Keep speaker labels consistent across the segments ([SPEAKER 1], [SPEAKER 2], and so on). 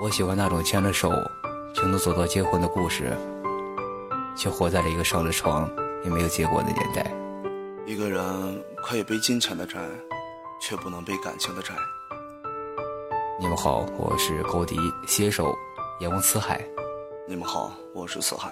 [SPEAKER 1] 我喜欢那种牵着手就能走到结婚的故事，却活在了一个上了床也没有结果的年代。
[SPEAKER 2] 一个人可以背金钱的债，却不能背感情的债。
[SPEAKER 1] 你们好，我是高迪，携手眼望辞海。
[SPEAKER 2] 你们好，我是四海。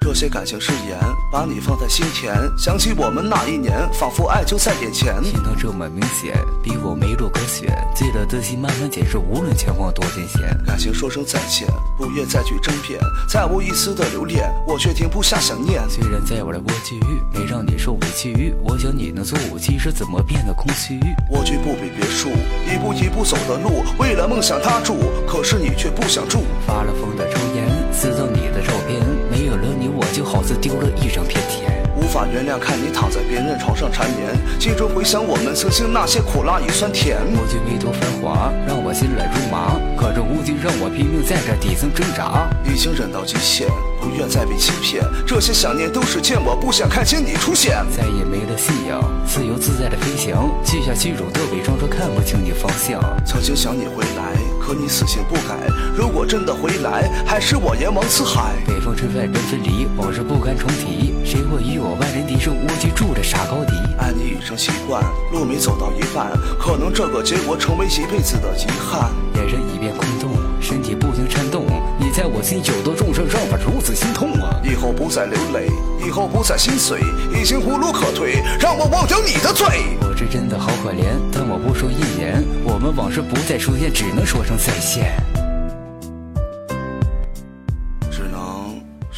[SPEAKER 2] 这些感情誓言，把你放在心田。想起我们那一年，仿佛爱就在眼前。
[SPEAKER 1] 心疼这么明显，逼我没路可选。醉了的心慢慢解释，无论前方多艰险。
[SPEAKER 2] 感情说声再见，不愿再去争辩。再无一丝的留恋，我却停不下想念。
[SPEAKER 1] 虽然在我的过去遇，没让你受委屈。我想你能做我，其实怎么变得空虚？
[SPEAKER 2] 我去不比别墅，一步一步走的路，为了梦想他住，可是你却不想住。
[SPEAKER 1] 发了疯的抽烟，撕掉你的照片，没有了你。我就好似丢了一张片天，
[SPEAKER 2] 无法原谅，看你躺在别人床上缠绵，心中回想我们曾经那些苦辣与酸甜。
[SPEAKER 1] 过去没多繁华，让我心乱如麻，可这无情让我拼命在这底层挣扎。
[SPEAKER 2] 已经忍到极限，不愿再被欺骗，这些想念都是欠我，不想看见你出现。
[SPEAKER 1] 再也没了信仰，自由自在的飞翔，卸下虚荣的伪装，说看不清你方向。
[SPEAKER 2] 曾经想你回来，可你死性不改。如果真的回来，还是我阎王四海。
[SPEAKER 1] 北风吹万人分离。往事不堪重提，谁会与我万人敌？是蜗居住着傻高迪。
[SPEAKER 2] 爱你已成习惯，路没走到一半，可能这个结果成为一辈子的遗憾。
[SPEAKER 1] 眼神已变空洞，身体不停颤动，你在我心有多重伤，让我如此心痛啊！
[SPEAKER 2] 以后不再流泪，以后不再心碎，已经无路可退，让我忘掉你的罪。
[SPEAKER 1] 我这真的好可怜，但我不说一言，我们往事不再出现，只能说声再见。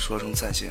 [SPEAKER 2] 说声再见。